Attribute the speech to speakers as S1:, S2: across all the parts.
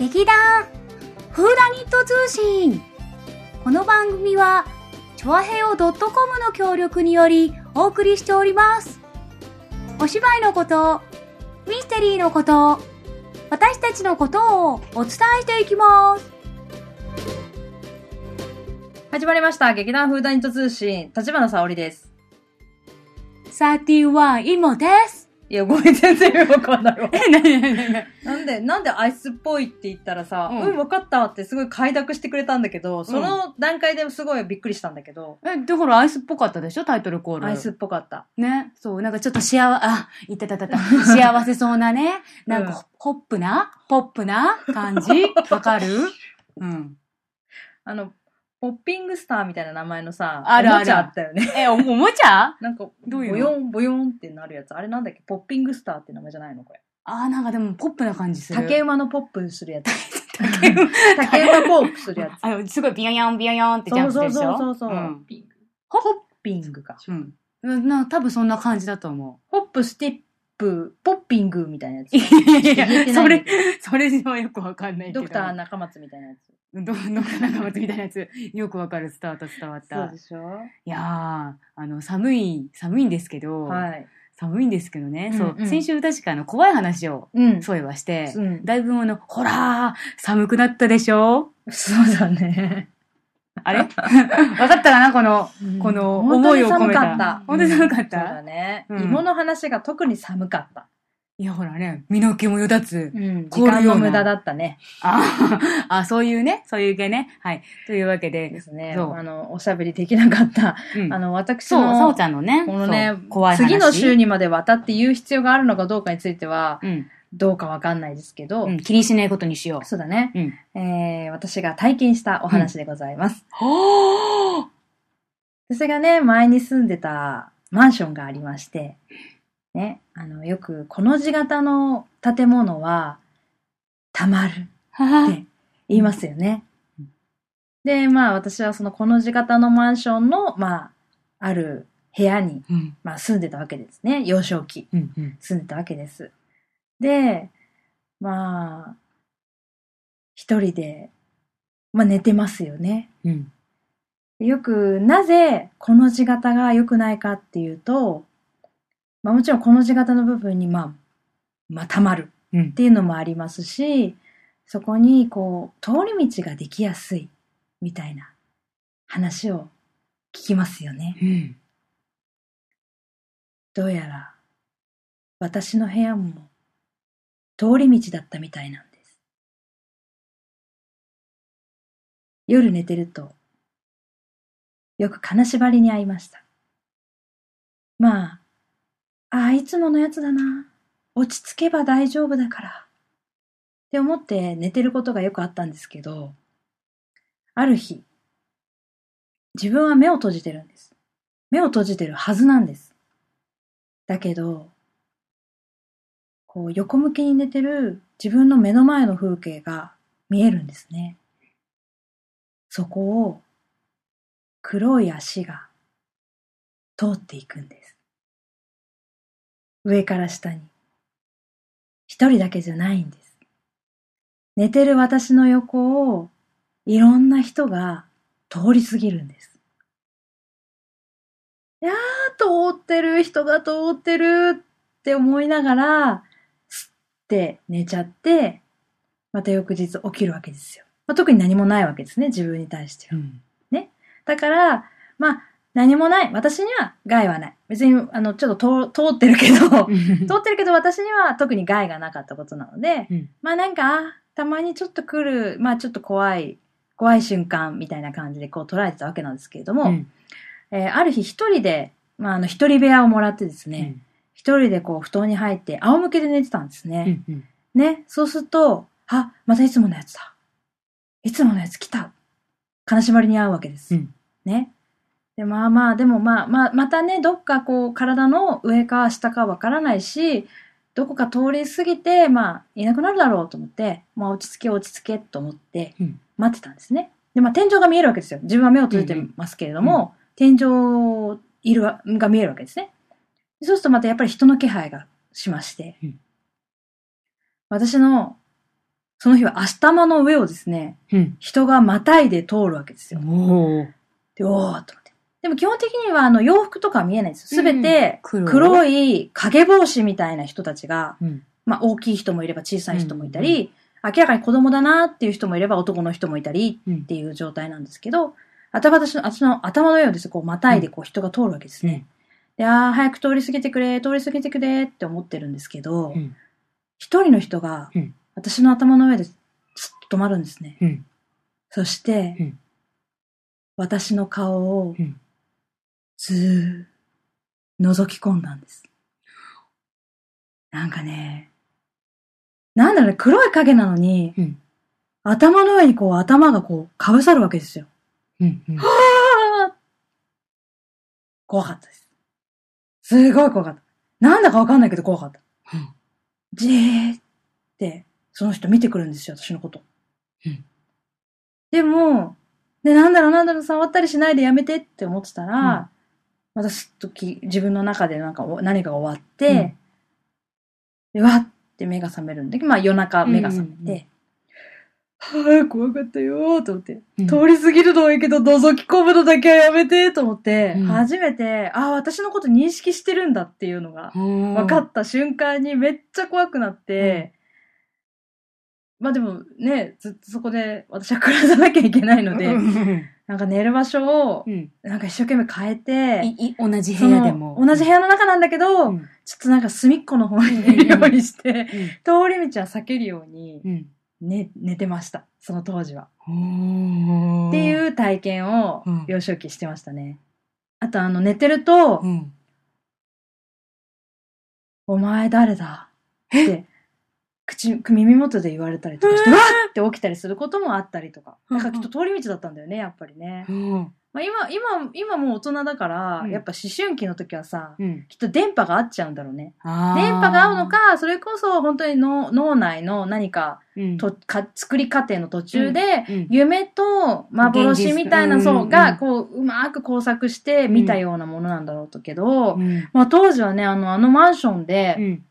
S1: 劇団フーダニット通信この番組はチョアヘオ .com の協力によりお送りしておりますお芝居のことミステリーのこと私たちのことをお伝えしていきます
S2: 始まりました。劇団フーダニット通信、立花沙織です。
S1: 31イモです
S2: いや、ごめん、全然わか んないわ。
S1: え、なになになに
S2: なんで、なんでアイスっぽいって言ったらさ、
S1: う
S2: うんん、わかったってすごい快諾してくれたんだけど、その段階ですごいびっくりしたんだけど、
S1: え、だからアイスっぽかったでしょタイトルコール。
S2: アイスっぽかった。
S1: ね。そう、なんかちょっと幸せ、あ、いたたたた。幸せそうなね。なんか
S2: うん
S1: ホ、ホップな、ポップな感 じ。わかるうん。
S2: あの、ポッピングスターみたいな名前のさ、
S1: あるある
S2: おもちゃあったよ ね。
S1: え、お、おもちゃ
S2: なんか、
S1: どういうの
S2: ボヨン、ボヨンってなるやつ。あれなんだっけポッピングスターって名前じゃないのこれ。
S1: あー、なんかでもポップな感じする。
S2: 竹馬のポップするやつ。竹馬竹馬ポップするやつ。
S1: あの、すごいビヨンヨンビヨンヨンって ジャ
S2: そ
S1: ン
S2: う
S1: プする
S2: そう
S1: でしょ
S2: そうそうそう。
S1: ん
S2: ピング
S1: ホッ
S2: ホッピングか。
S1: うん。な、な多分そんな感じだと思
S2: ホップ、スティップ、ポッピングみたいなやつ
S1: う。い。やいや
S2: 言え
S1: い
S2: て
S1: や、そ
S2: ないんだ
S1: れ
S2: け、
S1: それはよくわかんないけど。
S2: ドクター中松みたいなやつ。
S1: ど、どっか仲間みたいなやつ、よくわかる、伝わった伝わった。
S2: しょ
S1: いやー、あの、寒い、寒いんですけど、
S2: はい。
S1: 寒いんですけどね、そう
S2: うんうん
S1: 先週確かあの怖い話を
S2: うんそ
S1: そういえばして、
S2: うん
S1: だいぶあのほらー寒くなったでしょ
S2: うだね。
S1: あ れわかったかなこのこの思いを込めた
S2: 本当に
S1: 本当に寒
S2: 寒
S1: か
S2: か
S1: っ
S2: ったた。そうだね。
S1: うん
S2: 芋の話が特に寒かった。
S1: いやほらね身の毛もよだつ、
S2: うん時
S1: 凍る
S2: 間
S1: ような
S2: の無駄だったね。
S1: あーあそういうねそういう系ねはいというわけ
S2: で
S1: です
S2: ね。
S1: そう
S2: あの、おしゃべりできなかった。
S1: うん
S2: あの、私
S1: そうさお
S2: の
S1: ち、ゃんのね
S2: このね
S1: そう怖い話
S2: 次の週にまでわたって言う必要があるのかどうかについては、
S1: うん、
S2: どうかわかんないですけど
S1: う、ん、気にしないことにしよう
S2: そうだね。
S1: うん
S2: えー私が体験したお話でございます。
S1: ほー
S2: 私がね、前に住んでたマンションがありまして、ね、あの、よく、この字型の建物は、たまるって
S1: は
S2: 言いますよね
S1: うん。
S2: で、まあ私はそのこの字型のマンションの、まあ、ある部屋に、
S1: うん
S2: まあ住んでたわけですね。幼少期、
S1: うんうん
S2: 住んでたわけです。で、まあ、一人で、まあ寝てますよね。
S1: うん
S2: よく、なぜ、この字型が良くないかっていうと、まあもちろんこの字型の部分に、まあ、まあ、たまる
S1: うん
S2: っていうのもありますし、そこに、こう、通り道ができやすい、みたいな話を聞きますよね。
S1: うん
S2: どうやら、私の部屋も、通り道だったみたいなんです。夜寝てると、よく金縛りに遭いました。まあ、ああ、いつものやつだな。落ち着けば大丈夫だから。って思って寝てることがよくあったんですけど、ある日、自分は目を閉じてるんです。目を閉じてるはずなんです。だけど、こう横向きに寝てる自分の目の前の風景が見えるんですね。そこを黒い足が通っていくんです。上から下に。一人だけじゃないんです。寝てる私の横をいろんな人が通り過ぎるんです。いやー、通ってる、人が通ってるって思いながら、すって寝ちゃって、また翌日起きるわけですよ。まあ、特に何もないわけですね、自分に対しては。
S1: うん
S2: だから、まあ、何もない。私には害はない。別に、あの、ちょっと通通ってるけど、通ってるけど私には特に害がなかったことなので、
S1: うん
S2: まあなんか、あたまにちょっと来る、まあちょっと怖い、怖い瞬間みたいな感じでこう捉えてたわけなんですけれども、
S1: うん
S2: えーある日一人で、まああの一人部屋をもらってです
S1: う
S2: ね、
S1: ん
S2: 一人でこう布団に入って仰向けで寝てたんですね。
S1: うんうん
S2: ね、そうすると、あ、またいつものやつだ。いつものやつ来た。悲しまりに遭うわけです。
S1: うん
S2: ね。で、まあまあ、でもまあまあ、またね、どっかこう、体の上か下かわからないし、どこか通り過ぎて、まあ、いなくなるだろうと思って、まあ、落ち着け落ち着けと思って
S1: うん、
S2: 待ってたんですね。で、まあ、天井が見えるわけですよ。自分は目を閉じてますけれども、天井いるわが見えるわけですね。そうするとまたやっぱり人の気配がしまして、
S1: うん
S2: 私のその日は足玉の上をですね、
S1: うん。
S2: 人がまたいで通るわけですよ。
S1: おー。
S2: で、おーっと思って。でも基本的にはあの洋服とかは見えないんですよ。すべて
S1: 黒
S2: 黒い影帽子みたいな人たちが、
S1: うん。
S2: まあ大きい人もいれば小さい人もいたり、明らかに子供だなっていう人もいれば男の人もいたり
S1: うん
S2: っていう状態なんですけど、頭私の私の頭の上をですね、こうまたいでこう人が通るわけですね。で、あー早く通り過ぎてくれ、通り過ぎてくれって思ってるんですけど、
S1: うん
S2: 一人の人が
S1: うん
S2: 私の頭の上でスッと止まるんですね。
S1: うん。
S2: そして、
S1: うん
S2: 私の顔を
S1: うん
S2: ずーっと覗き込んだんです。なんかね、なんだろうね、黒い影なのに、
S1: うん
S2: 頭の上にこう頭がこうかぶさるわけですよ。
S1: うん。うん。
S2: 怖かったです。すごい怖かった。なんだかわかんないけど怖かった。
S1: うん
S2: じーって、その人見てくるんですよ、私のこと。
S1: うん
S2: でも、で、なんだろうなんだろう、触ったりしないでやめてって思ってたら、またすっとき自分の中でなんかお何かが終わって、で、わって目が覚めるんだけど、まあ夜中目が覚めて、はぁ、怖かったよーと思って。
S1: うん
S2: 通り過ぎるのはいいけど、覗き込むのだけはやめてと思って、
S1: うん
S2: 初めて、ああ、私のこと認識してるんだっていうのが分かった瞬間にめっちゃ怖くなって、まあでもね、ずっとそこで私は暮らさなきゃいけないので、
S1: うん
S2: なんか寝る場所を
S1: う、ん。
S2: なんか一生懸命変えて、
S1: いい同じ
S2: そ
S1: 部
S2: の
S1: 屋でも。
S2: 同じ部屋の中なんだけど、
S1: うん
S2: ちょっとなんか隅っこの方にいるようにして、
S1: う
S2: 通り道は避けるように、
S1: ん。
S2: ね、寝てました。その当時は。
S1: うん。
S2: って
S1: う。
S2: いう体験を
S1: うん
S2: 幼少期してましたね。あとあの寝てると、
S1: うん。
S2: お前誰だって口、耳元で言われたりとかして、うわっって起きたりすることもあったりとか。
S1: うん
S2: な
S1: うん
S2: んかきっと通り道だったんだよね、やっぱりね
S1: う。ん。
S2: まあ、今、今、今もう大人だから、
S1: うん
S2: やっぱ思春期の時はさ、
S1: うん。
S2: きっと電波が合っちゃうんだろうね。
S1: あー
S2: 電波が合うの、か、それこそ本当に脳脳内の何か
S1: うん
S2: とか作り過程の途中で、
S1: うん
S2: 夢と幻みたいな
S1: 現実うん
S2: そううんが、こう、うまく交錯して見たようなものなんだろうとけど、
S1: うん
S2: まあ当時はね、あの、あのマンション
S1: う
S2: で、
S1: ん。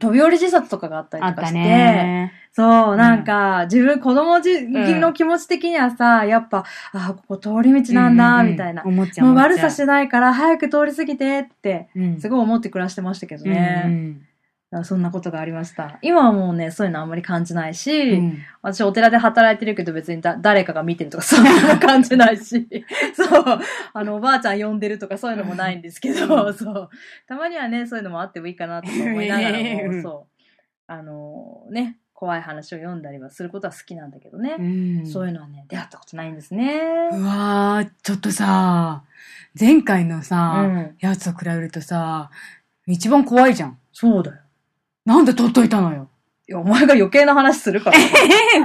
S2: 飛び降り自殺とかがあったり
S1: あ
S2: と
S1: っ
S2: か
S1: た
S2: して、
S1: ね。
S2: そう、なんか、自分、子供じ、の気持ち的にはさ、やっぱ、あ、ここ通り道なんだ、みたいな。
S1: 思っちゃう。
S2: もう悪さしてないから、早く通り過ぎてって、
S1: うん、
S2: す
S1: ご
S2: ごい思って暮らしてましたけどね。
S1: うん
S2: だからそんなことがありました。今はもうね、そういうのあんまり感じないし、
S1: うん
S2: 私、お寺で働いてるけど別にだ誰かが見てるとかそういうの感じな いし、そう、あの、おばあちゃん呼んでるとかそういうのもないんですけど、そう、たまにはね、そういうのもあってもいいかなとか思いながら
S1: ええう
S2: も、
S1: ん
S2: そう、あのね、怖い話を読んだりはすることは好きなんだけど
S1: う
S2: ね、
S1: ん
S2: そういうのはね、出会ったことないんですね。
S1: うわー、ちょっとさ、前回の
S2: う
S1: さ、
S2: ん、
S1: やつを比べるとさ、一番怖いじゃん。
S2: そうだよ。
S1: なんで取っといたのよ。
S2: いや、お前が余計な話するから。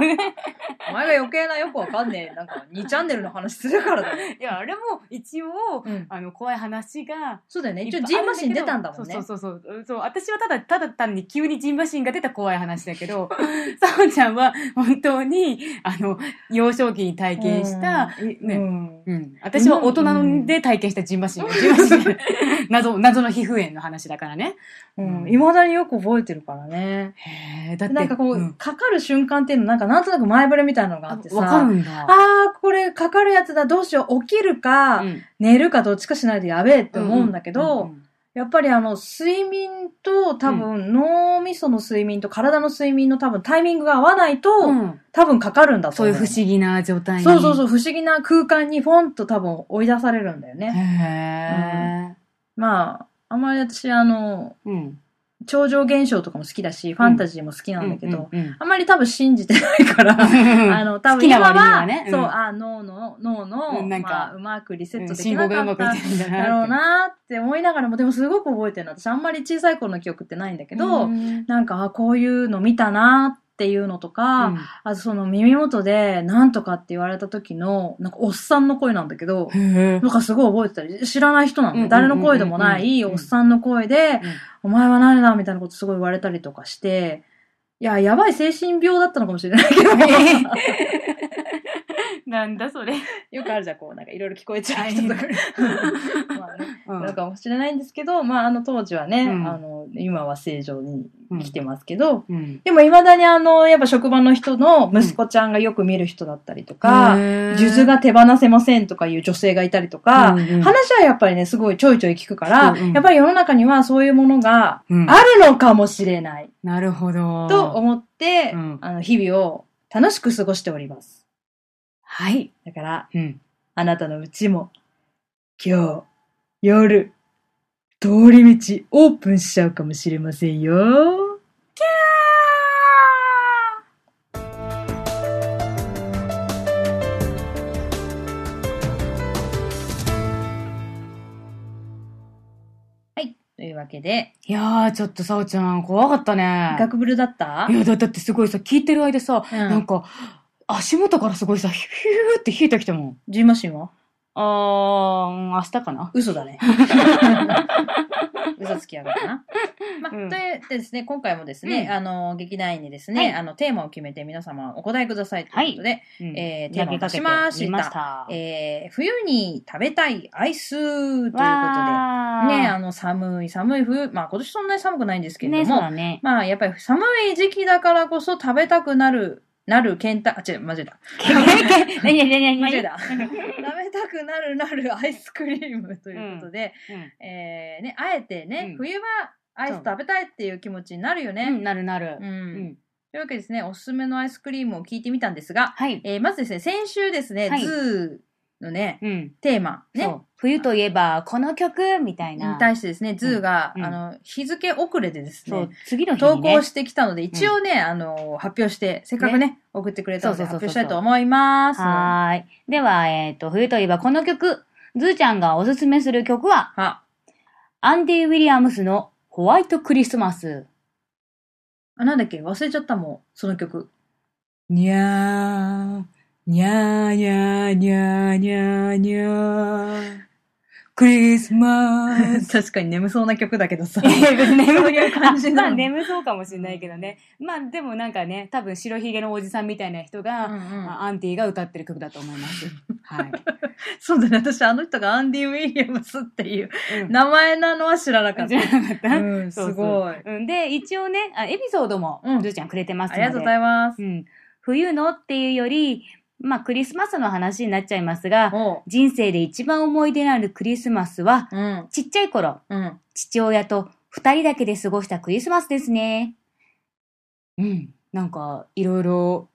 S2: お前が余計なよくわかんねえ、なんか2チャンネルの話するからだよ。
S1: いや、あれも一応、
S2: うん、
S1: あの、怖い話が、
S2: そうだよね。
S1: いっぱ
S2: 一応、
S1: い
S2: ジ
S1: あ
S2: ンマ
S1: る
S2: シン
S1: け
S2: 出
S1: ど
S2: たんだもんね。
S1: そうそうそうそう。そう私はただ、ただ単に急にジンマシンが出た怖い話だけど、 さおちゃんは本当に、あの、幼少期に体験した、ね
S2: うん
S1: うん、私は大人で体験したジンマシン。ジンマシンじゃない 謎、謎の皮膚炎の話だからね。
S2: うん、未だによく覚えてるからね。
S1: へえ、だって。
S2: なんかこう、
S1: ん
S2: かかる瞬間っていうの、なんかなんとなく前触れみたいなのがあってさ、
S1: わかるんだ。
S2: あー、これかかるやつだ、どうしよう、起きるか、
S1: うん
S2: 寝るかどっちかしないとやべえって思うんだけど、
S1: うんうん
S2: やっぱりあの、睡眠と多分、脳みその睡眠と体の睡眠の多分タイミングが合わないと、
S1: うん
S2: 多分かかるんだと
S1: そうい
S2: 思
S1: う不思議な状態に。。
S2: そうそうそうう、不思議な空間にフォンと多分追い出されるんだよね。
S1: へえ。
S2: まあ、あんまり私、あの、
S1: うん。
S2: 超常現象とかも好きだし、ファンタジーも好きなんだけど、
S1: うんうん
S2: あんまり多分信じてないから、
S1: うん、
S2: あの、多
S1: 好
S2: 分
S1: きな
S2: 今は、
S1: 割にはね。
S2: そう、
S1: ん
S2: あ、脳の、脳の、
S1: うんなんか
S2: まあ、うまくリセットでき
S1: 信
S2: な
S1: 号
S2: か
S1: がう
S2: っ
S1: まく
S2: た
S1: いってないんだなって。
S2: だろうなって思いながらも、でもすごく覚えてるの。私あんまり小さい頃の記憶ってないんだけど、
S1: うん
S2: なんか、あこういうの見たなっていうのとか、
S1: うん
S2: あとその耳元で、なんとかって言われた時の、なんかおっさんの声なんだけど、
S1: へえ
S2: なんかすごい覚えてたり、知らない人な
S1: う
S2: ん
S1: んう
S2: で、
S1: ん
S2: 誰の声でもない
S1: うん
S2: おっさんの声で、お前は誰だみたいなことすごい言われたりとかして、いや、やばい精神病だったのかもしれないけど、
S1: なんだそれ。
S2: よくあるじゃん、こう、なんかいろいろ聞こえちゃう人とか。 まあね
S1: うん
S2: なんかもしれないんですけど、まあ、あの当時はね、
S1: うん
S2: あの今は正常に来てますけど、
S1: うん。
S2: でもいまだにあのやっぱ職場の人の息子ちゃんがよく見る人だったりとか、数珠が手放せませんとかいう女性がいたりとか、
S1: 話
S2: 話はやっぱりねすごいちょいちょい聞くから、
S1: うんうん
S2: やっぱり世の中にはそういうものが
S1: あ
S2: あるのかもしれない
S1: なるほど。
S2: と思って、
S1: うん
S2: あの日々を楽しく過ごしております。
S1: はい。
S2: だから
S1: うん。
S2: あなたのうちも、今日、夜、通り道オープンしちゃうかもしれませんよ。はい。というわけで、
S1: いやー、ちょっとさおちゃん、怖かったね。
S2: 学ぶるだった
S1: いや、だだってすごいさ、聞いてる間さ、
S2: うん
S1: なんか、足元からすごいさ、ヒューって冷えてきたもん。
S2: ジーマシンは
S1: あー、うん明日かな。
S2: 嘘 だね。嘘つきやがったな。まあ
S1: うん
S2: というでですね、今回もですね、
S1: うん
S2: あの、劇団員にです
S1: は
S2: ね、
S1: い
S2: あの、テーマを決めて皆様お答えくださいということで、えーテーマを出しました
S1: 投げかけてみました。
S2: えー冬に食べたいアイスということで、
S1: わー
S2: ね、あの、寒い寒い冬、まあ今年そんなに寒くないんですけれ
S1: ね、
S2: ど
S1: そう
S2: も、
S1: だ ね。
S2: まあやっぱり寒い時期だからこそ食べたくなる、なるケンタ、あ、違う、間違えた。
S1: 何何何
S2: 間
S1: 何
S2: 違えた。食べたくなるなるアイスクリームということで、えーね、あえてね、
S1: うん
S2: 冬はアイス食べたいっていう気持ちになる よ
S1: う
S2: ね。
S1: ん、なるなる
S2: うん。。
S1: うん
S2: というわけでですね、おすすめのアイスクリームを聞いてみたんですが、
S1: はい。
S2: えーまずですね、先週ですね、
S1: はい
S2: ズーのね、
S1: うん。
S2: テーマ、ね
S1: そ、う。冬といえば、この曲みたいな
S2: に。対してですね、ズーが、
S1: うん
S2: あの、日付遅れでです
S1: そ
S2: ね
S1: う、、次の日
S2: 投
S1: にね
S2: 稿。してきたので、一応ね、あの、発表して、せっかくね、送ってくれたので
S1: そうそ
S2: 発
S1: うそうそう
S2: 表したいと思います。は、
S1: はーい。では、えっと、冬といえばこの曲。ズーちゃんがおすすめする曲は、
S2: あ
S1: アンディ・ウィリアムスのホワイトクリスマス。
S2: なんだっけ忘れちゃったもん、その曲。
S1: にゃー、にゃーにゃーにゃーにゃーにゃー、クリス マス。
S2: 確かに眠そうな曲だけどさ。
S1: そう
S2: いう感じ なの
S1: まあ眠そうかもしれないけどね。まあでもなんかね、多分白ひげのおじさんみたいな人が、
S2: うんうん
S1: まあアンティが歌ってる曲だと思います。 はい。
S2: そうだね。私、あの人がアンディ・ウィリアムスっていう
S1: うん
S2: 名前なのは知らなかっ
S1: じゃ
S2: た。
S1: なかった、
S2: うん、す
S1: そうそう
S2: ごい。
S1: うん、で、一応ね、あエピソードも
S2: う、ん
S1: ずーちゃんくれてます
S2: あ
S1: ので。
S2: りがとうございます。
S1: うん。冬のっていうより、まあクリスマスの話になっちゃいますが、
S2: おう。
S1: 人生で一番思い出のあるクリスマスは、
S2: うん、
S1: ちっちゃい頃、
S2: うん。
S1: 父親と二人だけで過ごしたクリスマスですね。うん。なんか、いろいろ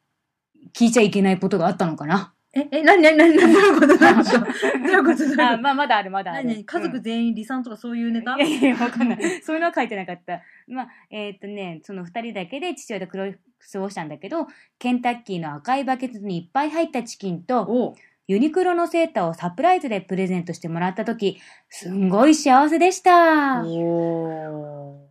S1: 聞いちゃいけないことがあったのかな。
S2: え、え、なになになにどういうことなん でしょうどういうことどういうこと
S1: あまあ、まだある、まだあ
S2: な
S1: る。
S2: に家
S1: う
S2: 族
S1: ん
S2: 全員離散とかそういうネタ、
S1: いやいや、わかんない。そういうのは書いてなかった。まあ、えーっとね、その二人だけで父親と黒い過ごしたんだけど、ケンタッキーの赤いバケツにいっぱい入ったチキンと、
S2: おう
S1: ユニクロのセーターをサプライズでプレゼントしてもらった時すんごい幸せでした。
S2: お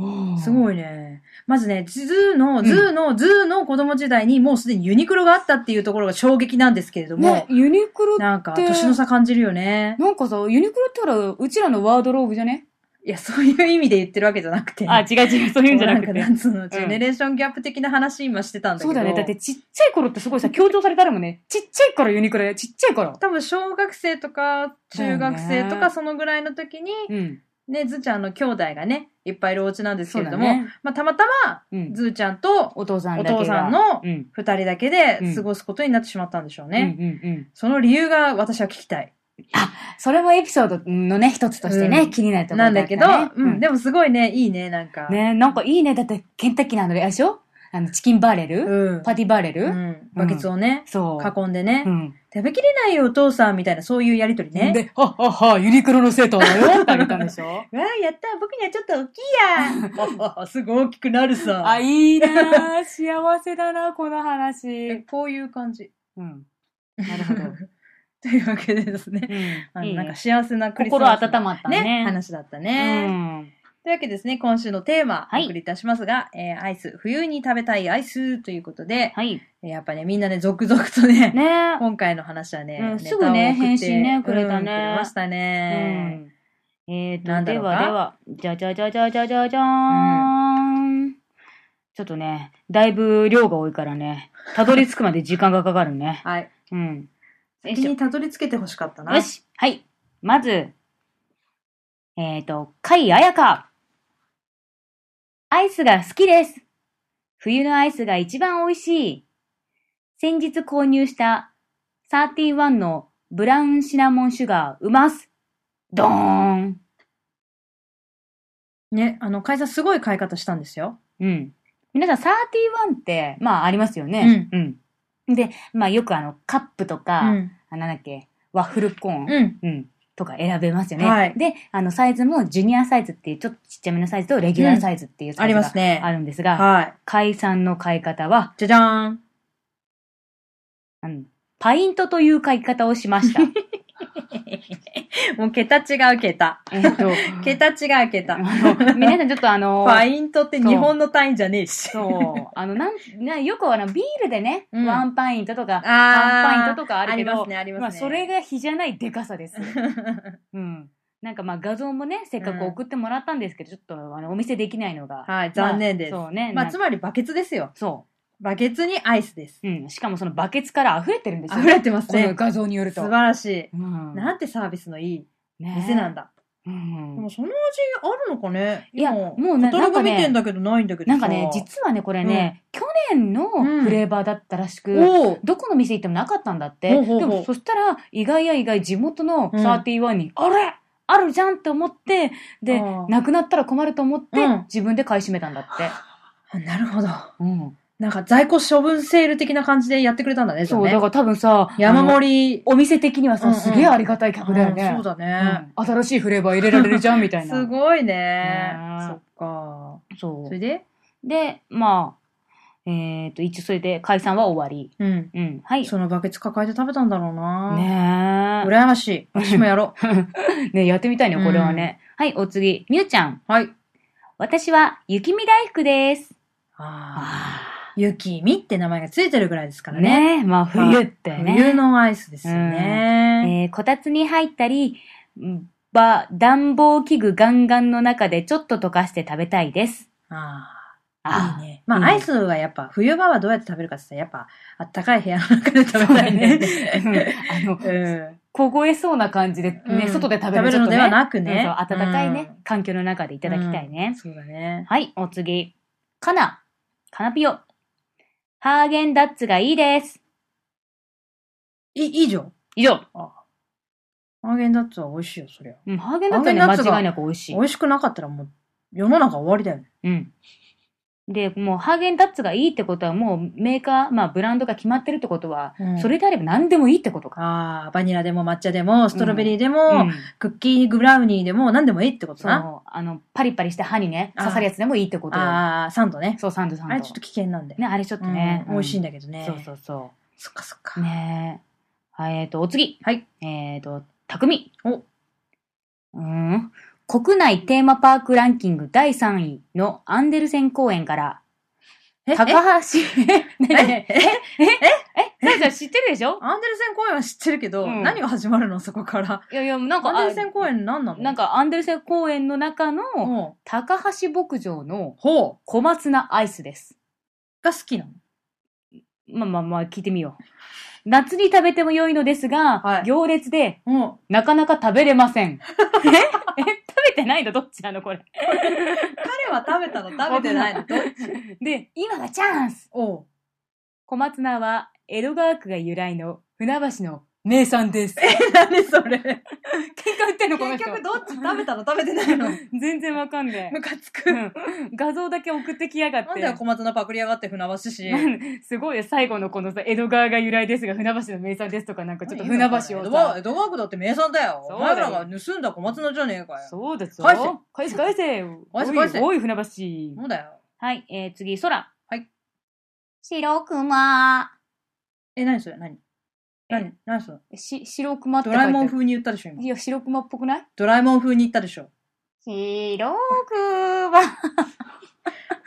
S2: ーす
S1: すい。
S2: ごいね。まずね、ズーの、ズーの、ズーの子供時代にもうすでにユニクロがあったっていうところが衝撃なんですけれども、
S1: ね、ユニクロ、
S2: なんか年の差感じるよね。
S1: なんかさ、ユニクロってほら、うちらのワードローブじゃね
S2: いや、そういう意味で言ってるわけじゃなくて。
S1: あ、違う違う、そういうんじゃなく
S2: んか
S1: て。
S2: んつうの、ジェネレーションギャップ的な話今してたんだけ
S1: そ
S2: ど。
S1: うだよね。だってちっちゃい頃ってすごいさ、強調されたるもんね。ちっちゃい頃ユニクロよ、ちっちゃい頃。
S2: 多分小学生とか中学生と
S1: だよ
S2: か
S1: ね
S2: そのぐらいの時に、
S1: うん。
S2: ね、ずーちゃんの兄弟がね、いっぱいいるお家なんです
S1: そ
S2: け
S1: う
S2: れ
S1: だ
S2: ども、
S1: ね。
S2: まあたまたま
S1: うん。
S2: ずーちゃんと
S1: お父さんだけが。
S2: お父さんの
S1: うん。
S2: 二人だけで過ごすことになってしまったんでしょうね。
S1: うんうんうん。
S2: その理由が私は聞きたい。
S1: それもエピソードのね、一つとしてね、
S2: うん
S1: 気になるところ
S2: なんだけど、
S1: ったね
S2: うん、でもすごいね、いいね、なんか。
S1: ね、なんかいいね。だって、ケンタッキーなので、あれでしょあの、チキンバーレル、
S2: うん。
S1: パティバーレル、
S2: うん。バケツをね、
S1: そう。
S2: 囲んでね、
S1: うん。
S2: 食べきれないよ、お父さん、みたいな、そういうやりとりね。
S1: で、はっはっは、ユニクロの生徒だよってあげたんでしょ
S2: わあ、やった僕にはちょっと大きい やすぐ大きくなるさ
S1: あ、いいな ぁ。幸せだな、この話。
S2: こういう感じ。
S1: うん。なるほ ど。
S2: というわけでですね。あの、
S1: いいね
S2: なんか幸せなクリス
S1: 心
S2: マス。
S1: 温まったね。
S2: ね。話だった
S1: う
S2: ね。
S1: ん。
S2: というわけでですね、今週のテーマ、
S1: はい
S2: お送りいたしますが、えーアイス、冬に食べたいアイスということで、
S1: はい。
S2: えーやっぱね、みんなね、続々とね、
S1: ね
S2: 今回の話はね、
S1: うん
S2: ネタを
S1: すぐね
S2: 送って
S1: 返信ねくれたね
S2: うんくれましたね。
S1: うん、えー、
S2: な
S1: と、
S2: んだ
S1: で
S2: ろう
S1: は
S2: か。
S1: では、じゃじゃじゃじゃじゃじゃじゃーん,、ちょっとね、だいぶ量が多いからね、たどり着くまで時間がかかるね
S2: はい。
S1: うん。
S2: 先にたどり着けてほしかったな。
S1: よし。はい。まず、えっ、と、甲斐彩香。アイスが好きです。冬のアイスが一番美味しい。先日購入した31のブラウンシナモンシュガーうます。ドーン。
S2: ね、あの、会社すごい買い方したんですよ。
S1: うん。皆さん31って、まあありますよね。うん。で、まあよくあの、カップとか、
S2: うん。
S1: あなんだっけ、ワッフルコーン。
S2: うん。
S1: うん。とか選べますよね。
S2: はい
S1: で、あの、サイズもジュニアサイズっていう、ちょっとちっちゃめのサイズとレギュラーサイズっていうサ
S2: あ
S1: イズ
S2: り
S1: が
S2: ますね。
S1: あるんですが、
S2: はい。
S1: 解散の買い方は、
S2: じゃじゃーん。
S1: あのパイントという買い方をしま した。
S2: もう桁違う桁。
S1: え っと、
S2: 桁違う
S1: あ
S2: 桁。
S1: の皆さんちょっとあの、
S2: パイントって
S1: そう
S2: 日本の単位じゃねえし。
S1: そう、あの、なん、なよくあの、ビールでね、
S2: うん
S1: ワンパイントとか、
S2: あー
S1: ワンパイントとかある
S2: あ
S1: け
S2: り
S1: ど、
S2: ますね、あり
S1: ま
S2: ま
S1: あ、
S2: すね。
S1: それが比じゃないでかさ です。うん。なんかまあ、画像もね、せっかく送ってもらったんですけど、ちょっとあの、お見せできないのが、
S2: はい、残念です。
S1: そうね。
S2: ま
S1: な
S2: あ、つまりバケツですよ。
S1: そ
S2: バケツにアイスです。
S1: う。うん。しかもそのバケツから溢れてるんですよ。
S2: 溢れてます
S1: こ
S2: ね
S1: の。画像によると。
S2: 素晴らしい。
S1: うん。
S2: なんてサービスのいい
S1: ね
S2: 店なんだ。
S1: うん
S2: でもその味あるのかね
S1: いや
S2: 今
S1: もうね
S2: カタ
S1: な
S2: ログ
S1: んかね
S2: 見てんだけどないんだけど
S1: な
S2: さ
S1: んかね、実はね、これね、去年の
S2: うん
S1: フレーバーだったらしく、
S2: おう
S1: どこの店行ってもなかったんだって。
S2: ほうほうほう
S1: でも、そしたら、意外や意外、地元の
S2: うん
S1: 31に、あれあるじゃんって思って、で
S2: あ、ー
S1: なくなったら困ると思って、
S2: うん
S1: 自分で買い占めたんだって。
S2: あなるほど。
S1: うん。
S2: なんか在庫処分セール的な感じでやってくれたんだね、
S1: そう、
S2: じ
S1: だ
S2: ゃあね
S1: から多分さ、
S2: 山
S1: あの
S2: 盛り。
S1: お店的にはさ、
S2: うんうん
S1: すげえありがたい客だよね。
S2: うんそうだね。
S1: うん新しいフレーバー入れられるじゃんみたい な。
S2: すごいね
S1: ね。
S2: そっか。
S1: そ
S2: そうれ。で
S1: で、まあ、えっ、と、一応それで解散は終わり。
S2: うん。
S1: うん。はい。
S2: そのバケツ抱えて食べたんだろうな。
S1: ね
S2: 羨ましい。私もやろ
S1: え。ねやってみたいね、これはね。はい、お次。みゆちゃん。
S2: う。 はい。
S1: 私は、雪見大福です。
S2: ああ。
S1: あ
S2: ゆきみって名前がついてるぐらいですか
S1: あ。
S2: らね。
S1: ねえ、まあ、冬ってね。
S2: 冬のアイスですよ
S1: え
S2: ね。
S1: ーこたつに入ったり、うんば、暖房器具ガンガンの中でちょっと溶かして食べたいです。
S2: あ
S1: あ
S2: あ。いいね。まあ、
S1: いいね
S2: アイスはやっぱ、冬場はどうやって食べるかって言ったら、やっぱ、あったかい部屋の中で食べた いね。
S1: あの、
S2: うん
S1: 凍えそうな感じでね、
S2: うん
S1: 外で食べる
S2: 食べるのではなくね
S1: ちょっとそう暖かいね、
S2: う
S1: 環境の中でいただきたいね。
S2: そうだね。
S1: はい、お次。かな。かなぴよ。ハーゲンダッツがいいです。
S2: い、いいじゃん。
S1: 以上。
S2: ハーゲンダッツは美味しいよ、そりゃ。
S1: うん、ハーゲンダッツはね、
S2: ハーゲンダッツが
S1: 間違いなく美味しい
S2: 美。味しくなかったらもう、世の中終わりだよね。
S1: うん。で、もう、ハーゲンダッツがいいってことは、もう、メーカー、まあ、ブランドが決まってるってことは、
S2: うん
S1: それであれば何でもいいってことか。
S2: ああ、バニラでも抹茶でも、ストロベリーでも、
S1: うん
S2: クッキーブラウニーでも、何でもいいってこと
S1: そう、
S2: な。
S1: あの、パリパリした歯にね、
S2: あー
S1: 刺さるやつでもいいってことよ
S2: ああ、サンドね。
S1: そう、サンドサンド。
S2: あれちょっと危険なんで。
S1: ね、あれちょっとね。
S2: うん美味しいん
S1: だ
S2: だけどね。
S1: そうそうそう。
S2: そっかそっか。
S1: ねえ。はい、えっ、と、お次。
S2: はい。
S1: えっ、と、匠。
S2: お
S1: うーん。国内テーマパークランキング第3位のアンデルセン公園から、
S2: え、え
S1: 高橋、 え、
S2: え
S1: ねえ、
S2: え
S1: え、さやちゃん知ってるでしょ
S2: アンデルセン公園は知ってるけど、
S1: うん
S2: 何が始まるのそこから。
S1: いやいや、なんか、
S2: アンデルセン公園何な
S1: あ
S2: の
S1: なんかアンデルセン公園の中の
S2: ほう
S1: 高橋牧場の
S2: ほう
S1: 小松菜アイスです。
S2: が好きなの
S1: まあまあまあ、聞いてみよう。夏に食べても良いのですが、
S2: はい
S1: 行列で
S2: うん。
S1: なかなか食べれません。え え食べてないのどっちなのこれ。
S2: 彼は食べたの食べてないのどっち
S1: で、今がチャンス
S2: おう
S1: 小松菜は江戸川区が由来の船橋の名産です。喧
S2: 何それ
S1: 嘩売ってんのこの
S2: 結
S1: 人。
S2: 局どっち食べたの食べてないの
S1: 全然わかんね
S2: ムカつく。
S1: え。う
S2: なん
S1: ん画像だけ送ってきやがって。
S2: だよ小松菜パクリやがって船橋市。
S1: なんすごいよ最後のこのさ、江戸川が由来ですが、船橋の名産ですとか、なんかちょっと船橋を
S2: 江戸
S1: さ
S2: 川。江戸川区だって名産だよ。
S1: そう
S2: お
S1: だよ
S2: 前らが盗んだ小松菜じゃねえかよ。そ
S1: そうです
S2: 返
S1: よ。返せ返せ
S2: 返せ
S1: おい
S2: 返せ
S1: おい、船橋。
S2: うだよ。
S1: はい、えー、次、空。
S2: はい。
S1: 白熊。
S2: え、何それ何何何それ
S1: し、白熊って
S2: ド
S1: 書いて
S2: ラ
S1: あ
S2: えもん
S1: る。
S2: 風に言ったでしょ今。
S1: いや、白熊っぽくない
S2: ドラえもん風に言ったでしょ。
S1: 白熊。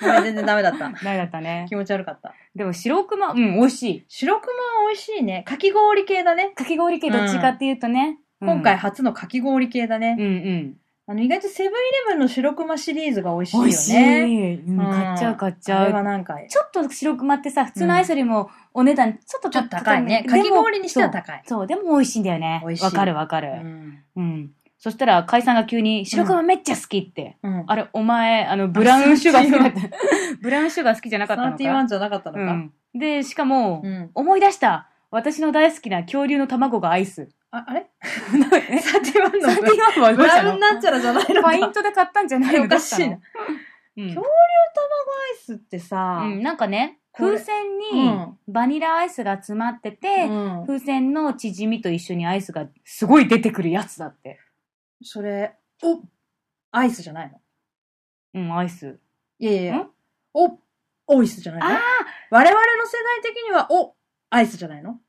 S2: ごめん、全然ダメだった。
S1: ないだったね。
S2: 気持ち悪かった。
S1: でも白熊、うん、美味しい。
S2: 白熊は美味しいね。かき氷系だね。
S1: かき氷系どっちかっていうとね。うん
S2: 今回初のかき氷系だね。
S1: うんうん。
S2: あの、意外とセブンイレブンの白熊シリーズが美味しいよ
S1: 美
S2: ね。
S1: 味しい。うん、
S2: うん
S1: 買っちゃう買っち
S2: あ
S1: ゃ
S2: れ
S1: う
S2: は。なんか、
S1: ちょっと白熊ってさ、普通のアイスよりもお値段ちょっと
S2: ちょっと高いね。
S1: で
S2: か
S1: も
S2: き氷にしては高い。
S1: そう、でも美味しいんだよね
S2: 美味し。い
S1: わかるわか
S2: う
S1: る。
S2: ん。
S1: うん。そしたら、海さんが急に、白熊めっちゃ好きって。
S2: うん。
S1: あれ、お前、あの、ブラウンシュガー好きだった。 ブラウンシュガー好きじゃなかったのか
S2: 31じゃなかったの
S1: う
S2: か。
S1: ん。で、しかも
S2: う、ん。
S1: 思い出した私の大好きな恐竜の卵がアイス。
S2: あ、あれ
S1: え
S2: ?31 の
S1: サティワンは
S2: ブラウンなんちゃらじゃないの
S1: フ
S2: か。
S1: ァイ
S2: 恐
S1: ン
S2: 竜
S1: トで買ったんじゃないの
S2: おかしい
S1: う
S2: な。
S1: ん
S2: 恐竜卵アイスってさ、
S1: うん、なんかね、
S2: これ
S1: 風船
S2: う
S1: に
S2: ん
S1: バニラアイスが詰まってて、
S2: うん
S1: 風船の縮みと一緒にアイスがすごい出てくるやつだって。
S2: それ、おアイスじゃないの
S1: うん、アイス。
S2: いやいやいや
S1: ん
S2: おオイスじゃないの
S1: あ
S2: 我々の世代的には、おアイスじゃないの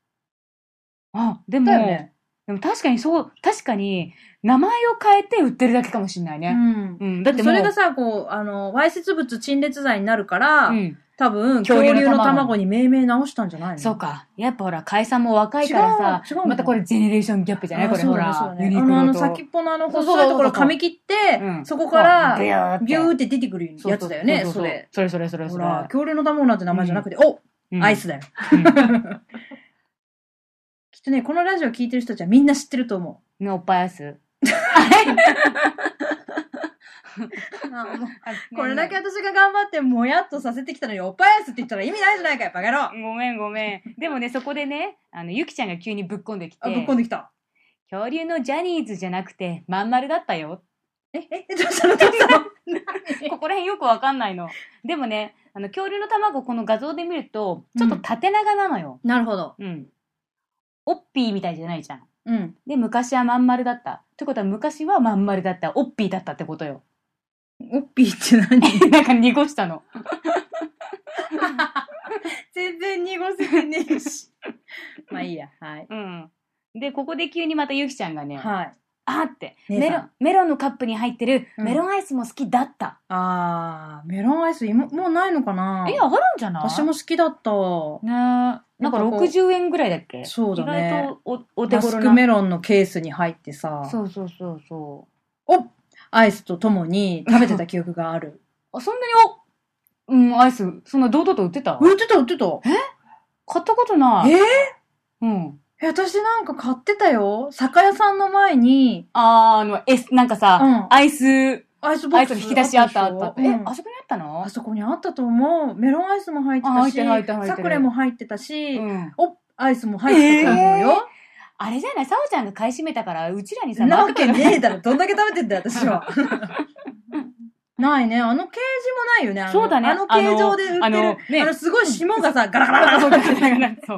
S1: あ、でも、
S2: だよね。
S1: でも確かにそう、確かに名前を変えて売ってるだけかもしれないうね。
S2: ん。
S1: うん、だっても、
S2: そうれがさ、こう、あの、わいせつ物陳列罪になるから、
S1: うん、
S2: 多分、恐
S1: 恐竜の卵
S2: 竜の卵に命名直したんじゃないの
S1: そうか。やっぱほら、解散も若いからさ、
S2: 違う違うの
S1: またこれジェネレーションギャップじゃない
S2: あ
S1: これ
S2: そう
S1: ほ
S2: だね
S1: ら、
S2: そうだね
S1: ユニ
S2: あ
S1: クロと
S2: の、あの先っぽのあの、
S1: そうそう
S2: 細
S1: そ
S2: いうところ
S1: そう
S2: 噛み切って、
S1: うん
S2: そこから、
S1: そうビ
S2: ビ
S1: ューって
S2: ューって出てくるやつだよね、それ。。
S1: そうそうそうそれそれそれ
S2: ほ
S1: それ。
S2: ら、恐竜の卵なんて名前じゃなくて、お
S1: うん
S2: アイ。スだよ。
S1: うん
S2: きっとね、このラジオ聞いてる人たちはみんな知ってると思
S1: ね、おっぱいアイス。
S2: う。これだけ私が頑張ってもやっとさせてきたのに、おっぱいアイスって言ったら意味ないじゃないかよ、バカ野郎。
S1: ごめんごめん。でもね、そこでね、あの、ゆきちゃんが急にぶっこんできて、
S2: あ、ぶっこんできた。
S1: 恐竜のジャニーズじゃなくて、まん丸だったよ。
S2: え、え、 え、どうしたのどうしたの
S1: ここら辺よくわかんないの。でもね、あの、恐竜の卵、この画像で見ると、ちょっと縦長なのよ。
S2: なるほど。
S1: うん。オッピーみたいじゃないじゃん。
S2: うん。
S1: で、昔はまん丸だった。ってことは、昔はまん丸だった。オッピーだったってことよ。
S2: オッピーって何
S1: なんか濁したの。
S2: 全然濁せてねえし。 まあいいや、はい。
S1: うん。で、ここで急にまたゆきちゃんがね、
S2: はい。
S1: あーって、
S2: 姉さん
S1: メロン、メロンのカップに入ってる
S2: うん
S1: メロンアイスも好きだった。
S2: あー、メロンアイス今、もうないのかない
S1: や、あるんじゃない
S2: 私も好きだった。
S1: ねえなんか
S2: やっぱこう
S1: 60円ぐらいだっけ
S2: そうだね
S1: 意外とおお手
S2: マス
S1: 頃
S2: ク
S1: な。
S2: メロンのケースに入ってさ、
S1: そうそうそうそ
S2: おアイスとともに食べてた記憶がある。
S1: う。あ、そんなにお、うん、アイス、そんな堂々と売ってた
S2: 売ってた売ってた。
S1: 買ったことない。
S2: え
S1: う
S2: ー
S1: ん。
S2: え、私なんか買ってたよ。酒屋さんの前に、
S1: あー、あの、え、なんかさ、
S2: うん
S1: アイス、
S2: アイスボ
S1: ア
S2: ッ
S1: イ
S2: ク
S1: スの
S2: ス
S1: 引き出しあった、あ
S2: で
S1: っ
S2: しょ
S1: たって。
S2: う
S1: え、
S2: ん
S1: あそこにあったの
S2: あそこにあったと思う。メロンアイスも入ってた
S1: あ入ってる入ってる入っ
S2: し、
S1: て
S2: サ
S1: る
S2: クレも入ってたし、
S1: うん。
S2: おアイスも入ってたと思うよ。
S1: あれじゃないサオちゃんが買い占めたから、うちらにさ、
S2: なわ
S1: 負
S2: け
S1: け
S2: ねえだろ。どんだけ食べてんだよ、私 は。ないね。あのケージもないよね。あの
S1: そうだね
S2: あの形状で売ってる。あ
S1: あの
S2: の、
S1: ね
S2: すごい霜がさ、ガラガラガラ。
S1: そうそうそう
S2: あの形状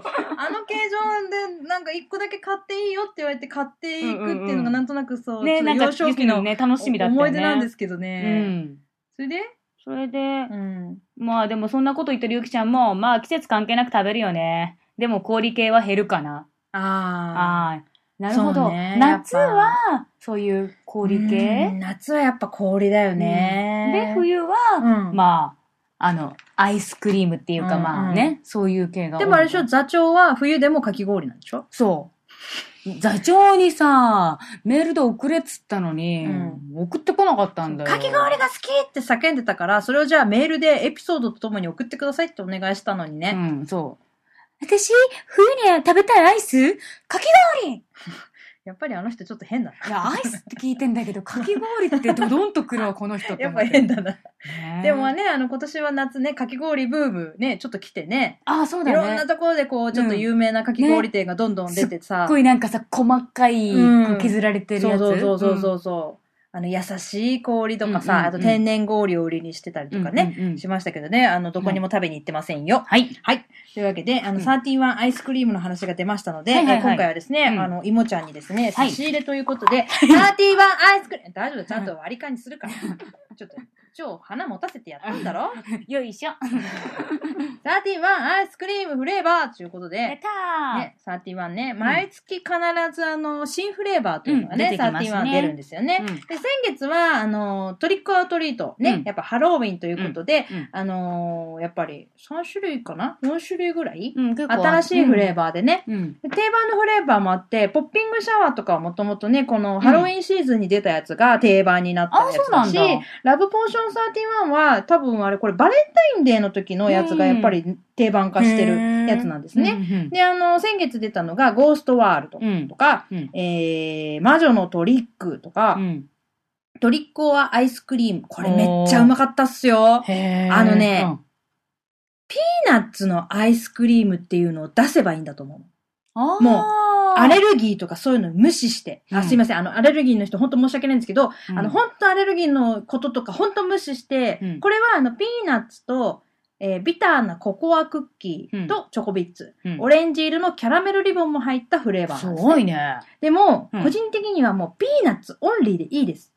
S2: で、なんか一個だけ買っていいよって言われて買っていくっていうのがなんとなくそう、
S1: ね、
S2: ちょ
S1: な
S2: っ
S1: ん
S2: と
S1: か、
S2: 幼少
S1: ゆ
S2: 期
S1: きの
S2: の
S1: ね、楽しみだったよね。
S2: 思い出なんですけど
S1: う
S2: ね。
S1: ん。
S2: それで、
S1: それで
S2: う、ん。
S1: まあでもそんなこと言ってるゆきちゃんも、まあ季節関係なく食べるよね。でも氷系は減るかな。
S2: ああ。
S1: ああー、なるほ
S2: そう
S1: ど。
S2: ね
S1: 夏
S2: や
S1: は、そういう氷
S2: う
S1: 系。
S2: ん夏はやっぱ氷だよね。
S1: で、冬は、
S2: うん
S1: まあ、あの、アイスクリームっていうか、
S2: うん
S1: まあね、そういう系が多い。
S2: でもあれでしょ、座長は冬でもかき氷なんでしょ
S1: そう。座長にさ、メールで送れっつったのに、
S2: うん
S1: 送ってこなかったんだよ。
S2: かき氷が好きって叫んでたから、それをじゃあメールでエピソードとともに送ってくださいってお願いしたのに
S1: う
S2: ね。
S1: ん、そう。
S3: 私、冬に食べたいアイスかき氷
S2: やっぱりあの人ちょっと変だ
S1: いや、アイスって聞いてんだけど、かき氷ってドドンとくるわ、この人
S2: な。
S1: て
S2: やっ
S1: 思
S2: ぱ
S1: て
S2: 変だな。
S1: ね
S2: でもね、あの今年は夏ね、かき氷ブームね、ちょっと来てね。
S1: あ、そう
S2: い
S1: だね。
S2: ろんなところでこう、ちょっと有名なかき氷店がどんどん出て
S1: す
S2: さ。
S1: っごいなんかさ、細かい、
S2: うん
S1: こう削られてる
S2: そ
S1: や
S2: う
S1: つ。
S2: そうそうそうそう。あの、優しい氷とかさ、
S1: うんうんうん
S2: あと天然氷を売りにしてたりとかね、
S1: うんうんうん
S2: しましたけどね、あの、どこにも食べに行ってませんよ。
S1: はい。
S2: はい。というわけで、あの、
S1: うん
S2: 31アイスクリームの話が出ましたので、
S1: はいはいはい
S2: えー今回はですね、
S1: うん
S2: あの、いもちゃんにですね、
S1: は
S2: 差
S1: い
S2: し入れということで、31アイスクリーム、大丈夫だ、ちゃんと割り勘にするから。ちょっと、超花持たせてやったんだろ
S1: よいしょ。
S2: ?31 アイスクリームフレーバーということ
S1: やっ
S2: で、
S1: たー、
S2: ね、31ね、毎月必ずあの、新フレーバーというのが
S1: うん
S2: ね、
S1: 出てきますね
S2: 31出るんですよね。
S1: うん
S2: で、先月は、あの、トリックアウトリート、ね、
S1: うん
S2: やっぱハロウィンということで、
S1: うんうん
S2: あのーやっぱり3種類かな ?4 種類ぐらい、
S1: うん、結構
S2: 新しいフレー
S1: バ
S2: バーでね、
S1: ー。うん。
S2: で定番のフレーバーもあって、ポッピングシャワーとかはもともとね、このハロウィンシーズンに出たやつが定番になった
S1: あ、
S2: や
S1: そう
S2: つ
S1: な
S2: だ
S1: ん
S2: し、
S1: だ。
S2: ラブポーション31は多分あれこれバレンタインデーの時のやつがやっぱり定番化してるやつなんですね。
S1: ね。
S2: で、あの、先月出たのがゴーストワールド
S1: うん
S2: と。か、
S1: うん。
S2: えー、魔女のトリックとか、
S1: うん
S2: トリックオアアイスクリーム。これめっちゃうまかったっすよ。
S1: へー
S2: あのね、ピーナッツのアイスクリームっていうのを出せばいいんだと思う。もう
S1: も
S2: アレルギーとかそういうの無視して、
S1: うん
S2: あすいません、あの、アレルギーの人、本当申し訳ないんですけど、あの、
S1: ほん
S2: 本当アレルギーのこととか、本当無視して、
S1: うん
S2: これは、あの、ピーナッツと、えービターなココアクッキーとチョコビッツ、
S1: うん
S2: オレンジ色のキャラメルリボンも入ったフレーバー
S1: す
S2: なんです、
S1: ごいね。
S2: でも、
S1: うん
S2: 個人的にはもう、ピーナッツオンリーでいいです。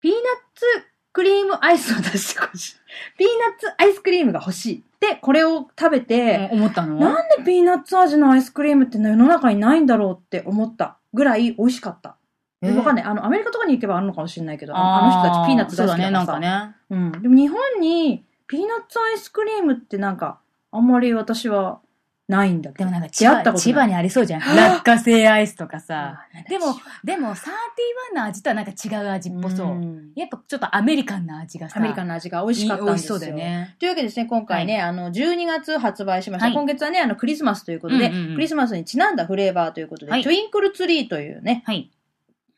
S2: ピーナッツクリームアイスを出してほしい。 ピーナッツアイスクリームが欲しい。で、これを食べて、
S1: うん思ったの
S2: なんでピーナッツ味のアイスクリームって世の中にないんだろうって思ったぐらい美味しかった。
S1: え
S2: わかんない。あの、アメリカとかに行けばあるのかもしれないけど、あの
S1: あ
S2: 人たちピーナッツ
S1: そ
S2: 大
S1: うだ
S2: 好きだ
S1: ね、な
S2: から
S1: んか
S2: さ。
S1: ね。
S2: うん。でも日本にピーナッツアイスクリームってなんか、あんまり私はないんだけ
S1: で
S2: ど。
S1: もなんか千
S2: 出会った
S1: 葉、
S2: ことない
S1: 千葉にありそうじゃん。 落花生アイスとかさ。
S2: うん。
S1: でも、でも、31の味とはなんか違う味っぽそうんやっぱちょっとアメリカンな味がさ。
S2: アメリカンの味が美味しかった
S1: 美
S2: んで
S1: 味し
S2: す
S1: そ
S2: よ。
S1: うだよね。
S2: というわけでですね、今回ね、あの、12月発売しました。
S1: はい
S2: 今月はね、あの、クリスマスということで、
S1: うんうんうん
S2: クリスマスにちなんだフレーバーということで、
S1: はい
S2: トゥインクルツリーというね、
S1: はい。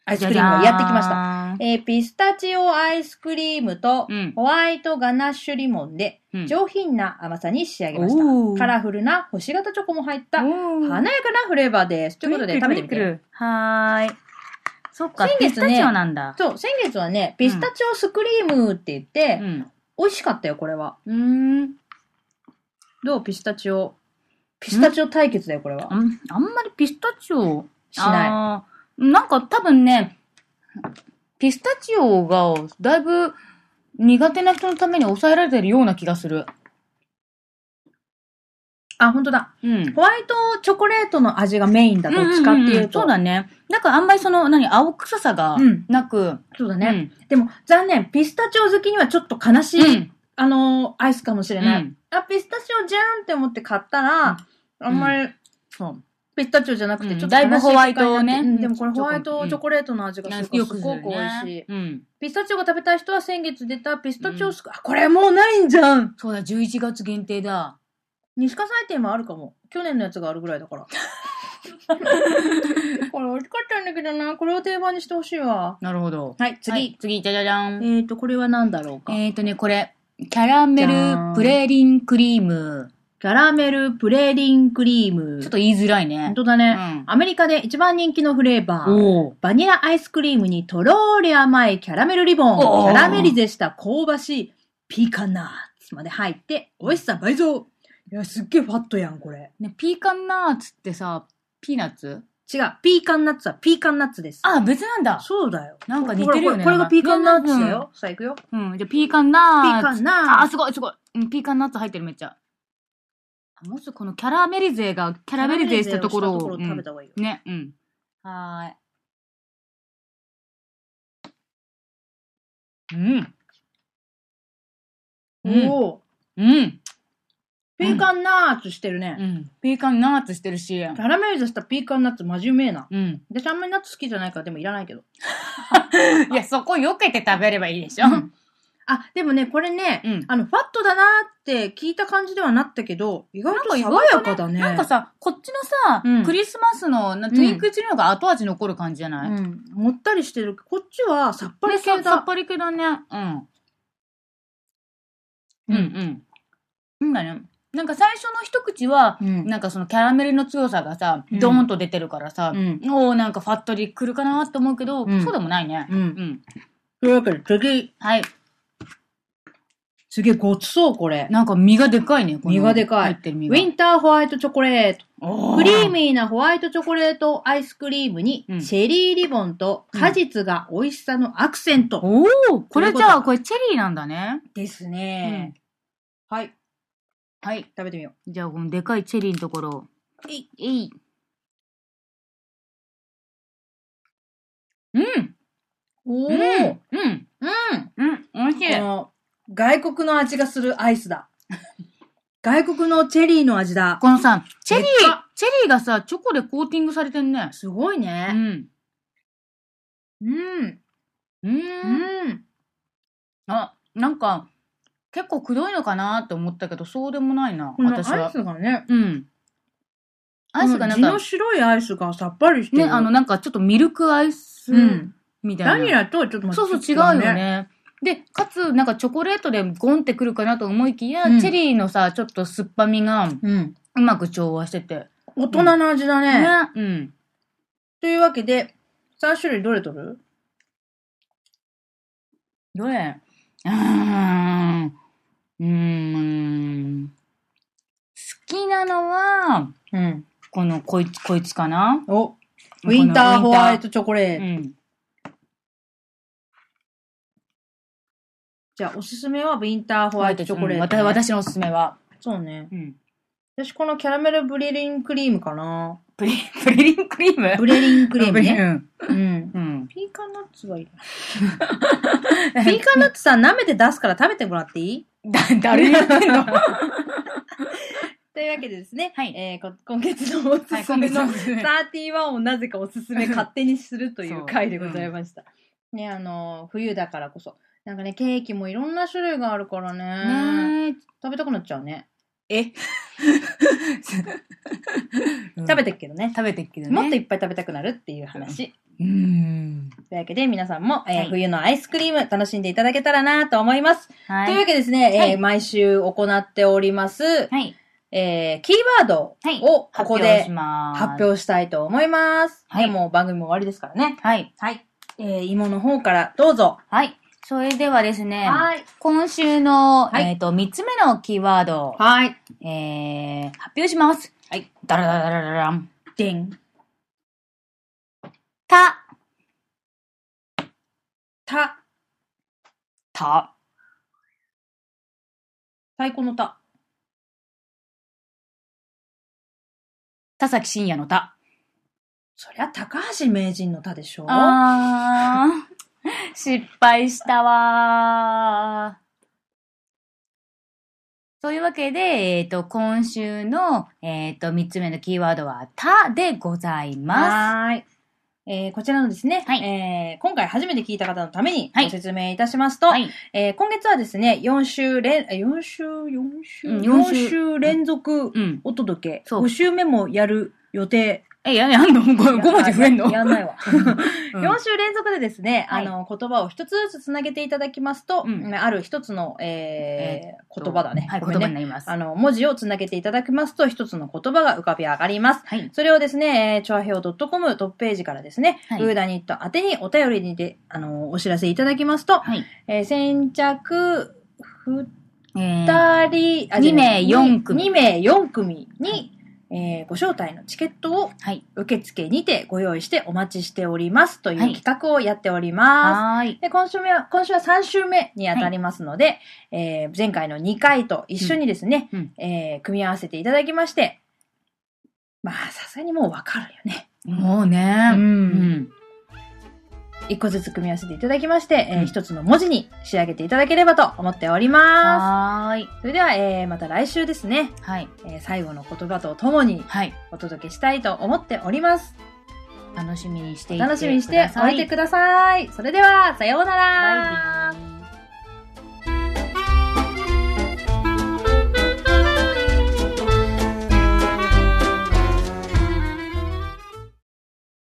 S2: アイスクリームをやってきました。
S1: た。
S2: えーピスタチオアイスクリームと
S1: うん
S2: ホワイトガナッシュリモンで
S1: うん
S2: 上品な甘さに仕上げました。
S1: おー
S2: カラフルな星型チョコも入った華や
S1: 花
S2: かなフレーバーです。ということで食べてみて。。
S1: はーい。そっか、
S2: 先
S1: ピ
S2: 月
S1: ス
S2: ね
S1: タチオなんだ。
S2: そう、先月はね、ピスタチオスクリームって言って、
S1: うん。
S2: 美味しかったよ、これは。
S1: うん。
S2: どうピスタチオ。ピスタチオ対決だよ、これは
S1: あ。んあんまりピスタチオ
S2: しない。
S1: い。なんか多分ね、ピスタチオがだいぶ苦手な人のために抑えられてるような気がする。
S2: あ、本当だ。
S1: うん。
S2: ホワイトチョコレートの味がメインだ、どっちかっていうと。
S1: そうだね。だからあんまりその、何、青臭さが
S2: うん
S1: なく、
S2: そうだね。でも、残念。ピスタチオ好きにはちょっと悲し
S1: うん。
S2: い、あのーアイスかもしれ
S1: う
S2: ない。
S1: ん。
S2: あ、ピスタチオじゃんって思って買ったら、あんまり
S1: そう。
S2: ピスタチオじゃなくて、
S1: うん
S2: ちょっと、
S1: だいぶホワイトをね
S2: でもこれホワイトチョコレートの味がすご
S1: よ
S2: く
S1: く
S2: す
S1: す
S2: ご
S1: る
S2: く美味しい。
S1: ね。うん。
S2: ピスタチオが食べたい人は先月出たピスタチオスク、あ、これもうないんじゃん
S1: そうだ、11月限定だ。
S2: 西葛西店もあるかも。去年のやつがあるぐらい だから。これ美味しかったんだけどな。これを定番にしてほしいわ。
S1: なるほど。
S2: はい、次。
S1: はい次、じゃじゃじゃん。
S2: えーと、これは何だろうか。
S1: えーとね、これ、キャラメ
S2: じゃーん
S1: ルプレリンクリーム。
S2: キャラメルプレーリンクリーム。
S1: ちょっと言いづらいね
S2: 本。当だ
S1: う
S2: ね、
S1: ん。
S2: アメリカで一番人気のフレーバー。
S1: おー
S2: バニラアイスクリームにとろーり甘いキャラメルリボン、キ
S1: おー
S2: ャラメリゼした香ばしいピーカンナッツまで入って、美味しさ倍増いや、すっげえファットやん、これ。
S1: ね、ピーカンナッツってさ、ピーナッツ
S2: 違う、ピーカンナッツはピーカンナッツです。
S1: あ、別なんだ。
S2: そうだよ。
S1: なんか似てるよね
S2: これこれこれがピーカンナッツだ
S1: なん
S2: よ。さあ、行くよ。ピ
S1: うん。じゃあ、ピーカンナッ
S2: ー
S1: ツ。
S2: カンナ
S1: あ
S2: ッ
S1: ー、すごいすごい。うん、ピーカンナッツ入ってるめっちゃ。あもうすぐこのキャラメリゼが、キ
S2: キ
S1: ャラメリゼしたところを。
S2: ャラメリゼ食べた方がいいよ。
S1: うんね、うん。はーい。うん。
S2: おお、
S1: うん。うん。
S2: ピーカンナッツしてるね。
S1: うん。ピーカンナッツしてるし。
S2: キャラメリゼしたピーカンナッツマジうめえな。
S1: うん。
S2: 私あんまりナッツ好きじゃないから、でもいらないけど。
S1: いや、そこ避けて食べればいいでしょ。
S2: うんあ、でもね、これね、
S1: うん
S2: あの、ファットだなって聞いた感じではなったけど、意外と爽やかだね。
S1: なんかさ、こっちのさ、
S2: うん
S1: クリスマスのなトゥインクチの方が後味残る感じじゃない、
S2: うん、もったりしてる。こっちはさっぱ
S1: ね
S2: り
S1: さ
S2: 系
S1: さっ
S2: だ。
S1: ぱり系だね。うん。
S2: うん
S1: うんうん。うんだね。なんか最初の一口は、
S2: うん
S1: なんかそのキャラメルの強さがさ、
S2: うん
S1: ドーンと出てるからさ、
S2: うん
S1: おーなんかファットリ来るかなと思うけど、
S2: うん
S1: そうでもないね。
S2: う。
S1: うんん。
S2: というわけで次、
S1: はい。
S2: すげえごつそう、これ。
S1: なんか身がでかいね。この
S2: 身がでかい
S1: 入ってる
S2: ウ
S1: 身が。
S2: ィンターホワイトチョコレート。
S1: おー
S2: クリーミーなホワイトチョコレートアイスクリームに、
S1: うん
S2: チェリーリボンと果実が美味しさのアクセント。
S1: おおこれじゃあ、これチェリーなんだね。
S2: です
S1: ね。
S2: はい、
S1: はい。
S2: 食べてみよ
S1: じゃあ、このでかいチェリーのところを。えい、えい。うん
S2: う。お
S1: うん
S2: ー
S1: うん
S2: うん
S1: うん美味しい
S2: この、外国の味がするアイスだ。 外国のチェリーの味だ。
S1: このさ、チェリー
S2: でっか、
S1: チェリーがさ、チョコでコーティングされてんね。
S2: すごいうね。
S1: ん。
S2: うん。
S1: うん。
S2: うん。
S1: あ、なんか、結構くどいのかなって思ったけど、そうでもないな、
S2: この
S1: 私
S2: アイ
S1: は。
S2: スがね、
S1: うん。アイスがな
S2: こ
S1: ん
S2: の地の
S1: か、
S2: 白いアイスがさっぱりして
S1: ね、
S2: る。
S1: あの、、なんかちょっとミルクアイス
S2: うん。
S1: みたいな。
S2: バニラとちょっとまた
S1: そうそう、違うよ。ね。で、かつ、なんかチョコレートでゴンってくるかなと思いきや、
S2: うん
S1: チェリーのさ、ちょっと酸っぱみが
S2: うん。
S1: うまく調和してて。
S2: 大人の味だね。
S1: ね。うん。
S2: というわけで、3種類どれ取る
S1: どれうーん。うーん。好きなのは、
S2: うん。
S1: このこいつ、こいつかな
S2: お、ウィンターホワイ
S1: ト。
S2: トチョコレー
S1: う
S2: ト。
S1: ん。
S2: じゃあ、おすすめはウィンター
S1: ホ
S2: ホワイトチョコレート、
S1: 私、私のおすすめは。
S2: そうね。
S1: うん。
S2: 私、このキャラメルブリリンクリームかな。
S1: プリ、プリリンクリーム
S2: ブリリンクリームね。
S1: ね。
S2: うん。
S1: うん。
S2: ピーカンナッツはい らない。ピーカンナッツさ、舐めて出すから食べてもらっていい
S1: だ、誰に言ってんの
S2: というわけでですね、
S1: はい
S2: えーこ今月のおす
S1: はい
S2: す
S1: 今
S2: め
S1: 月の
S2: の
S1: おすすめ
S2: 31をなぜかおすすめ勝手にするとい
S1: そう
S2: う回でございました。ね、あのー、冬だからこそ。なんかね、ケーキもいろんな種類があるから ね。
S1: ね
S2: 食べたくなっちゃうね。
S1: え。
S2: 食べてっけどね。
S1: 食べてっけどね。
S2: もっといっぱい食べたくなるっていう話。
S1: うん。
S2: というわけで皆さんも、えー
S1: はい
S2: 冬のアイスクリーム楽しんでいただけたらなと思います。
S1: は
S2: というわ
S1: い。
S2: けでですね、
S1: は
S2: え
S1: い
S2: ー毎週行っております、
S1: はい。
S2: えーキーワード
S1: はい。
S2: をここ
S1: 発表
S2: で
S1: します。
S2: 発。表したいと思います。
S1: はい
S2: でもう番組も終わりですからね。
S1: はい。はい。
S2: えー、芋の方からどうぞ。
S1: はい。それではですね、
S2: い。
S1: 今週の、
S2: はい
S1: えっ、と、3つ目のキーワード、
S2: はい。
S1: えー、発表します。はい。ダラダラダラダン。
S2: でん。
S1: た、
S2: た。
S1: た、
S2: 太鼓のた。
S1: 田崎真也のた。
S2: そりゃ高橋名人のたでしょ
S1: あー、失敗したわー。というわけで、えっ、と、今週の、えっ、と、3つ目のキーワードは、たでございます。
S2: はーい。えー、こちらのですね、
S1: はい
S2: えー、今回初めて聞いた方のために
S1: はい
S2: ご説明いたしますと、
S1: い。
S2: えー、今月はですね、4週連、4週、4週、
S1: うん
S2: 四
S1: 四
S2: 週
S1: 週
S2: 連続
S1: うん。
S2: お届け、
S1: そう
S2: 5週目もやる予定。
S1: え、やんやんの ?5 文字増えんの
S2: ややんないわ。
S1: うん
S2: 4週連続でですね、
S1: はい
S2: あの、言葉を一つずつつなげていただきますと、
S1: うん
S2: ある一つの、えー言葉だね。
S1: はい、
S2: ご
S1: 言
S2: め
S1: 葉
S2: ん
S1: に
S2: ね。
S1: なります。
S2: あの、文字をつなげていただきますと、一つの言葉が浮かび上がります。
S1: はい。
S2: それをですね、えー、チョアヘオ .com トップページからですね、
S1: はい
S2: ウーダニット宛てにお便りにて、あの、お知らせいただきますと、
S1: はい。
S2: えー先着二
S1: えー
S2: 人、あ
S1: 二名四組
S2: 2名4組に、えーご招待のチケットを
S1: はい。
S2: 受付にてご用意してお待ちしておりますという企画をやっております。
S1: はーい。
S2: で今週目は、今週は3週目にあたりますので、えー前回の2回と一緒にですね、
S1: うん
S2: えー組み合わせていただきまして、まあ、さすがにもうわかるよね。
S1: もうね。
S2: うん
S1: うん。
S2: 一個ずつ組み合わせていただきまして、えー
S1: うん
S2: 一つの文字に仕上げていただければと思っておりま
S1: はーい。
S2: す。それでは、えーまた来週ですね、
S1: はい。
S2: えー最後の言葉とともに
S1: はい。
S2: お届けしたいと思っております。
S1: 楽しみにしていてください。
S2: 楽しみにしておいてください。それでは、さようなら。
S1: バイビー。